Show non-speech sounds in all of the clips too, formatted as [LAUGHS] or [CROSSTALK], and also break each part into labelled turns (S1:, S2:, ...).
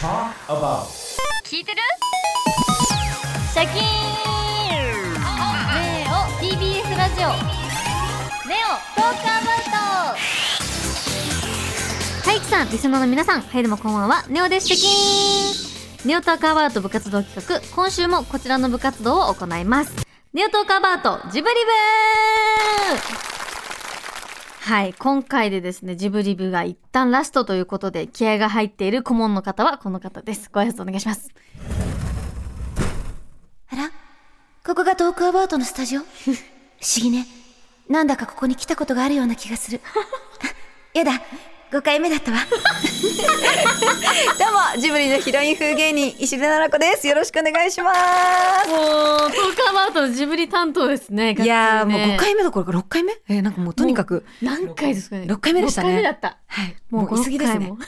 S1: talk about?
S2: 聞いてるシャキーンネオ TBS ラジオネオトークアバウトはいきさんリスナーの皆さんはいどうもこんばんはネオですシャキーンネオトークアバウト部活動企画今週もこちらの部活動を行いますネオトークアバウトジブリブーはい。今回でですね、ジブリ部が一旦ラストということで、気合が入っている顧問の方はこの方です。ご挨拶お願いします。
S3: あらここがトークアバウトのスタジ
S4: [LAUGHS]
S3: オ不思議ね。なんだかここに来たことがあるような気が
S4: [LAUGHS]
S3: する。あやだ、5回目だったわ。
S4: どうも、ジブリのヒロイン風芸人、石部奈々子です。よろしくお願いしま
S2: もう、トークアバウトのジブリ担当ですね。
S4: す。いやー、もう5
S2: がっつりね
S4: 回目どころか6回目えーなんかもうとにかく、
S2: 何回ですかね。
S4: 六回目でしたね
S2: 6回目だった。
S4: はい、
S2: も
S4: も
S2: う
S4: う言い過ぎですね
S2: 五。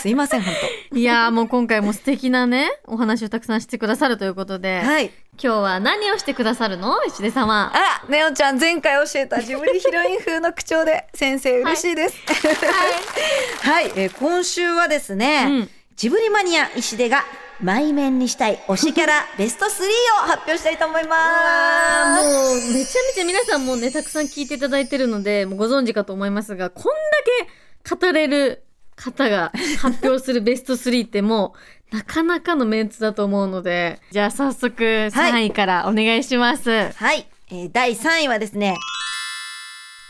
S4: すいません、本
S2: いやーもう今回も素敵なね、お話をたくさんしてくださるということで、
S4: 当。 [LAUGHS] はい。
S2: 今日は何をしてくださるの石出様。
S4: あら、ねおちゃん、前回教えたジブリヒロイン風の口調で、先生嬉しいです。 [LAUGHS] はい、えー今週はですね、
S2: うん
S4: ジブリマニア石出が、前面にしたい推しキャラベスト3を発表したいと思いま
S2: あー
S4: す。
S2: もうめちゃめちゃ皆さんもね、たくさん聞いていただいてるので、もうご存知かと思いますが、こんだけ語れる方が
S4: [LAUGHS]
S2: 発表するベスト3ってもう、なかなかのメンツだと思うので、じゃあ早速3位からお願いします。
S4: はい、えー第3位はですね、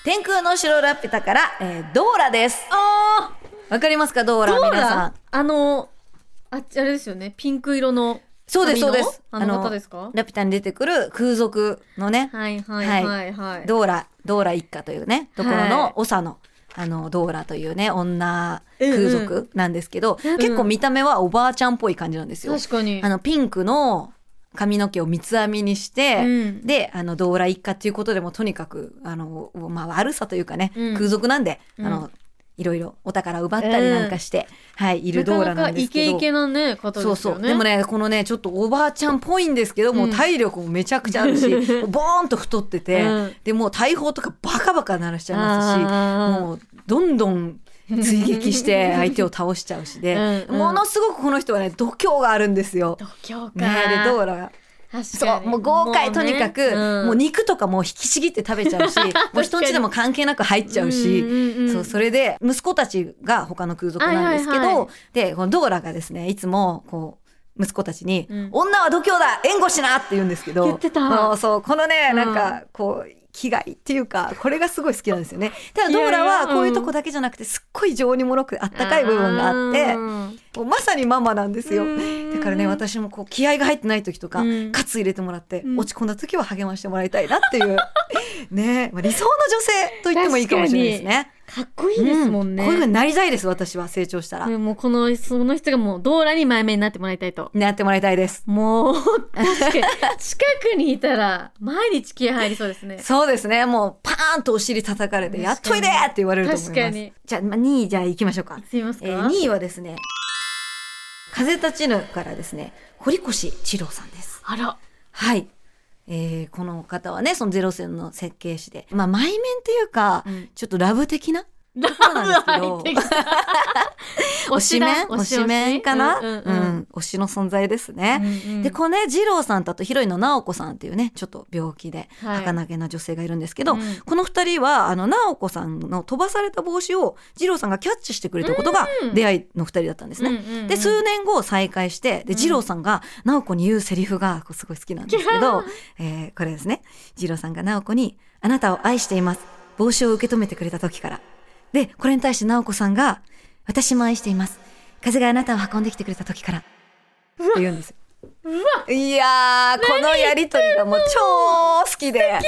S4: 天空の城ラピュタから、えードーラです。
S2: あ
S4: わかりますか、ドー
S2: ー
S4: ラ、
S2: どう
S4: 皆さん
S2: だ。あの、あっちあれですよね、ピンク色の。
S4: そうです、そう
S2: 髪
S4: で
S2: の
S4: す。
S2: あの方ですか
S4: ラピュタに出てくる空賊のね、
S2: はいはいはいはい。
S4: ドーラ、ドーラ一家というね、ところ
S2: はい
S4: の長の、あの、ドーラというね、女
S2: うんうん
S4: 空族なんですけど、
S2: うん
S4: 結構見た目はおばあちゃんっぽい感じなんですよ。
S2: 確かに。
S4: あの、ピンクの髪の毛を三つ編みにして、
S2: うん
S4: で、あの、ドーラ一家っていうことでもとにかく、あの、まあ、悪さというかね、
S2: うん
S4: 空賊なんで、
S2: うん
S4: あの、いろいろお宝奪ったりなんかして、はい、い
S2: な
S4: る
S2: か
S4: ドー
S2: な
S4: ラな
S2: か
S4: んで
S2: イ
S4: すけ
S2: ケ
S4: ど。
S2: イケなね、方ですよ
S4: そ
S2: ね。
S4: うそう。でもね、このね、ちょっとおばあちゃんっぽいんですけど、もう体力もめちゃくちゃある
S2: [LAUGHS]
S4: し、ボーンと太ってて、
S2: うん
S4: で、もう大砲とかバカバカ鳴らしちゃいます
S2: あー
S4: し、もうどんどん追撃して相手を倒しちゃうしで、
S2: うんうん
S4: ものすごくこの人はね、度胸があるんですよ。
S2: 度胸か。
S4: ねで、ドーラが。
S2: 確
S4: そ
S2: か
S4: う、
S2: に
S4: もう豪快とにかく、もう,、
S2: ね
S4: 肉とかもう引きちぎって食べちゃう
S2: [LAUGHS]
S4: し、もう人んちでも関係なく入っちゃうし、
S2: うんうんうん
S4: そう、それで、息子たちが他の空賊なんですけど、
S2: はいはいはい
S4: で、このドーラがですね、いつも、こう、息子たちに、
S2: うん
S4: 女は度胸だ援護しなって言うんですけど。
S2: 言ってた
S4: もうそう、このね、
S2: うん
S4: なんか、こう、気概っていうか、これがすごい好きなんですよね。ただ、ドー
S2: いや
S4: ラ
S2: いや
S4: はこういう
S2: うん
S4: とこだけじゃなくて、すっごい情にもろくてあったかい部分があって、
S2: うん
S4: もうまさにママなんですよ。
S2: うん
S4: だからね、私もこう気合が入ってない時とか、
S2: うん
S4: カツ入れてもらって、
S2: うん
S4: 落ち込んだ時は励ましてもらいたいなって [LAUGHS] いう、ね、まあ、理想の女性と言ってもいいかもしれないですね。
S2: かっこいいですもんね。
S4: うこういう風になりたいです、私は成長したら。
S2: もうこの、その人がもう、ドーラに前目になってもらいたいと。
S4: なってもらいたいです。
S2: もう、確か
S4: [LAUGHS]
S2: に、近くにいたら、毎日気合入りそうですね。
S4: そうですね、もうパーンとお尻叩かれて、
S2: 確かに
S4: やっといでって言われると思います。
S2: 確かに
S4: じゃあ、まあ、2位じゃあ行きましょうか。
S2: すいますか、
S4: えー、2位はですね、風立ちぬからですね、堀越二郎さんです。
S2: あら。
S4: はい。えーこの方はね、そのゼロ戦の設計士で。まあ、前面っていうか、
S2: うん
S4: ちょっとラブ的な
S2: [LAUGHS] ラ
S4: そうなんですけど
S2: ブ入ってきた。
S4: [LAUGHS] 推し面
S2: 推
S4: 推
S2: し
S4: し面かな
S2: う
S4: うん
S2: う
S4: ん、
S2: んうん
S4: 推しの存在ですね。
S2: うんうん
S4: で、このね、二郎さんとあとヒロインの直子さんっていうね、ちょっと病気で、
S2: はい
S4: 儚げな女性がいるんですけど、
S2: うん
S4: この二人は、あの、直子さんの飛ばされた帽子を二郎さんがキャッチしてくれたことが
S2: うん
S4: 出会いの二人だったんですね。
S2: うんうんうん
S4: で、数年後再会して、で、二郎さんが直子に言うセリフがこうすごい好きなんですけど、えーこれですね。二郎さんが直子に、あなたを愛しています。帽子を受け止めてくれた時から。で、これに対して直子さんが、私も愛しています。風があなたを運んできてくれた時から。って言うんですよ。いやー、このやりとりがもう超好きで。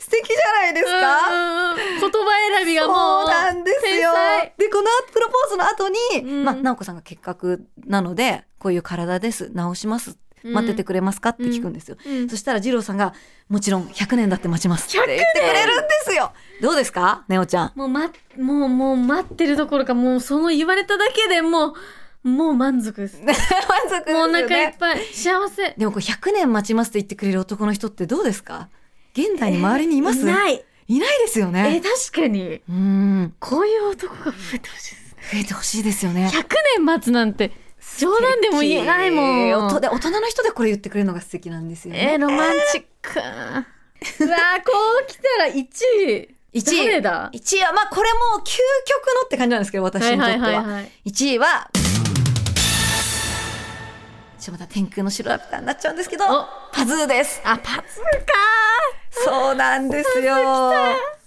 S4: 素敵じゃないですか、
S2: うんうんうん言葉選びがもう、
S4: そうなんです
S2: 天
S4: よ
S2: 才。
S4: で、このプロポーズの後に、
S2: うん
S4: まあ、直子さんが結核なので、こういう体です、治します、
S2: うん
S4: 待っててくれますかって聞くんですよ。
S2: うん
S4: そしたら、二郎さんが、もちろん100年だって待ちますって言ってくれるんですよ。どうですかねおちゃん。
S2: もう、ま、もう、もう待ってるどころか、もうその言われただけでもう、もう満足です。
S4: 満足です
S2: もうお
S4: よ
S2: 腹いっ
S4: ね。
S2: ぱい。幸せ。
S4: でもこう100年待ちますって言ってくれる男の人ってどうですか現代に周りにいます、
S2: ない。
S4: いないですよ
S2: え、
S4: ね。
S2: 確かに。
S4: うーん。
S2: こういう男が増えてほしいです。
S4: 増えてほしいですよね。
S2: 100年待つなんて、冗談でも言えないもん。
S4: えーおとで大人の人でこれ言ってくれるのが素敵なんですよね。
S2: えーロマンチッ
S4: [LAUGHS]
S2: ク。うわー、こう来たら1位。
S4: 一位
S2: 誰だ
S4: 1位は、まあこれも究極のって感じなんですけど、私にとっては。
S2: い。
S4: 1位は、ちょっとまた天空の白ラピュタになっちゃうんですけど、
S2: お
S4: パズーです。
S2: あ、パズーか
S4: そうなんですよ。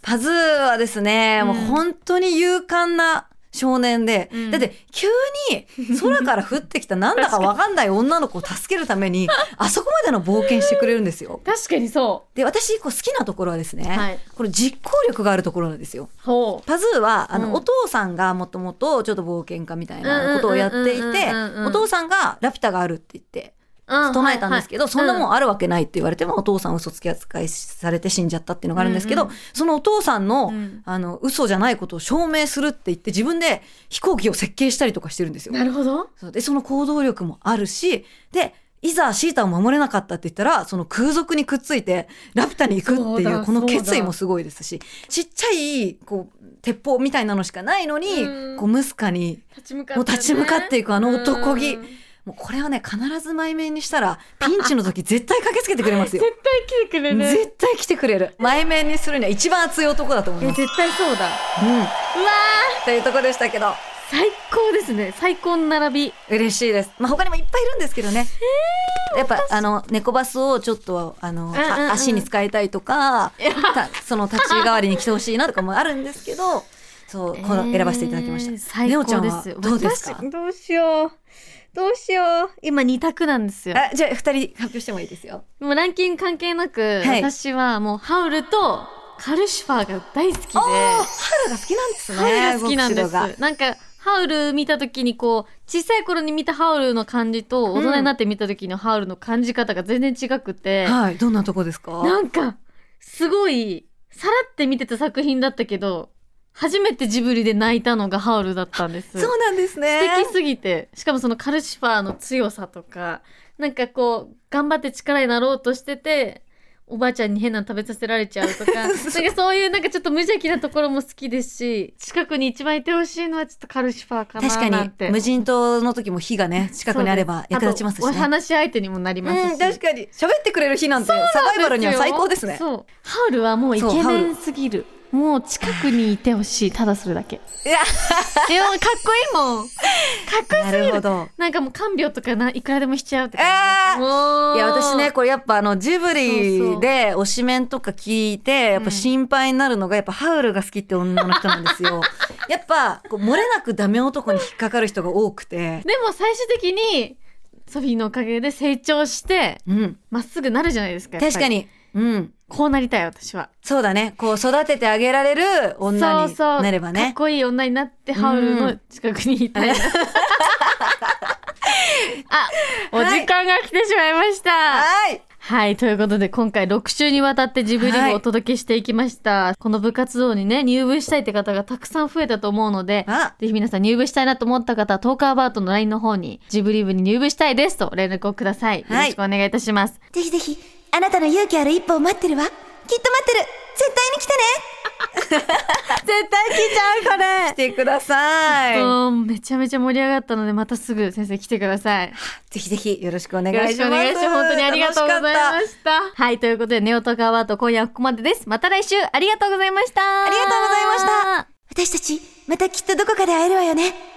S4: パズーはですね、
S2: うん
S4: もう本当に勇敢な少年で、
S2: うん
S4: だって急に空から降ってきたなんだかわかんない女の子を助けるた
S2: [LAUGHS]
S4: めに、あそこまでの冒険してくれるんですよ。
S2: ー。確かにそ
S4: で、私、こう好きなところはですね、
S2: はい
S4: これ実行力があるところなんですよ。
S2: う。ほう。
S4: パズーは、あの、
S2: うん
S4: お父さんがもともとちょっと冒険家みたいなことをやってい
S2: うんうん
S4: て
S2: うんうんうん、
S4: お父さんがラピュタがあるって言って、
S2: 唱
S4: 唱えたんですけど、そんなもんあるわけないって言われても、お父さん嘘つき扱いされて死んじゃったっていうのがあるんですけど、
S2: うんう
S4: そのお父さんの、
S2: うん
S4: あの、嘘じゃないことを証明するって言って、自分で飛行機を設計したりとかしてるんですよ
S2: な。るほど。
S4: そうで、その行動力もあるし、で、いざシータを守れなかったって言ったら、その空賊にくっついて、ラピュタに行くって
S2: そう
S4: い
S2: だ
S4: う、この決
S2: そう
S4: 意
S2: だ
S4: もすごいですし、ちっちゃい、こう、鉄砲みたいなのしかないのに、
S2: うん
S4: こう、ムスカに、
S2: 立ち向か
S4: もう立ち向かっていくあの男気
S2: うん。
S4: もうこれはね、必ず前面にしたら、ピンチの時絶対駆けつけてくれますよ
S2: 絶。対来てくれる。
S4: 絶対来てくれる。前面にするには一番熱い男だと思い
S2: え
S4: ます。
S2: 絶対そうだ。
S4: うん。
S2: うわ
S4: というところでしたけど、
S2: ー最高ですね。最高の並び。
S4: 嬉しいです。まあ、他にもいっぱいいるんですけどね。やっぱ、あの、猫バスをちょっと、あ
S2: う
S4: の、
S2: んうんうん
S4: あ足に使いたいとか、たその立ち代わりに来てほしいなとかもあるんですけど、そう、この
S2: えー
S4: 選ばせていただきました。
S2: 最
S4: ね
S2: 高
S4: お
S2: で
S4: ち
S2: す
S4: ゃんはどうですか
S2: 私どうしよう。どうしよう。今二択なんですよ。
S4: あじゃあ、二人発表してもいいですよ。
S2: もうランキング関係なく、
S4: はい
S2: 私はもうハウルとカルシファーが大好きで、
S4: おー春が好きなんですね。
S2: ハウルが好きなんで
S4: 動
S2: す。
S4: く城が
S2: なんか、ハウル見た時にこう、小さい頃に見たハウルの感じと、大人になって見た時のハウルの感じ方が全然違くて、
S4: はい、どんなとこですか
S2: なんか、すごい、さらって見てた作品だったけど、初めてジブリで泣いたのがハウルだったんです。
S4: そうなんですね。
S2: 素敵すぎて、しかもそのカルシファーの強さとか、なんかこう、頑張って力になろうとしてて、おばあちゃんに変なの食べさせられちゃうとか、
S4: [LAUGHS]
S2: なんかそういうなんかちょっと無邪気なところも好きですし、近くに一番いてほしいのはちょっとカルシファーか
S4: 確
S2: なな
S4: か
S2: んて。
S4: に無人島の時も火がね近くにあれば役立ちますし
S2: あとお
S4: ね。
S2: 話し相手にもなりますし。
S4: かに喋ってくれる日なんてサバイバルには最高ですね。
S2: そう。ハウルはもうイケメンすぎる。もう近くにいてほしい。ただそれだけ。
S4: いや
S2: いや、もうかっこいいもん。かっこいい
S4: なるほど。
S2: なんかもう看病とかないくらでもしちゃうって
S4: あー
S2: もう
S4: いや私ねこれやっぱあのジブリで推しメンとか聞いてやっぱ心配になるのがやっぱハウルが好きって女の人なんですよ。やっぱこう漏れなくダメ男に引っかかる人が多くて。
S2: でも最終的にソフィーのおかげで成長して
S4: うん、
S2: まっすぐなるじゃないですかやっぱり
S4: 確かに、うん、
S2: こうなりたい私は
S4: そうだねこう育ててあげられる女に
S2: そうそう
S4: なればね。
S2: かっこいい女になってハウルの近くにい
S4: [LAUGHS]
S2: たいなあお時間が来てしまいました、
S4: はい
S2: はい。ということで、今回6週にわたってジブリ
S4: は
S2: を
S4: い
S2: お届けしていきました。この部活動にね、入部したいって方がたくさん増えたと思うので、
S4: あ
S2: ぜひ皆さん入部したいなと思った方は、トークアバートの LINE の方に、ジブリ部に入部したいですと連絡をください。よろしくお願いいたします。
S3: ぜひぜひ、あなたの勇気ある一歩を待ってるわ。きっと待ってる絶対に来てね
S4: 絶対来ちゃうこれ [LAUGHS] 来てください
S2: とめちゃめちゃ盛り上がったので、またすぐ先生来てください。
S4: ぜひぜひよろしくお願い
S2: よろし
S4: し
S2: くお
S4: ます
S2: 願いします。本当にありがとうございま
S4: 楽しかっ
S2: した。はい。ということで、ネオトークアワード今夜はここまでです。また来週ありがとうございました。あ。
S4: りがとうございました
S3: 私たち、またきっとどこかで会えるわよね。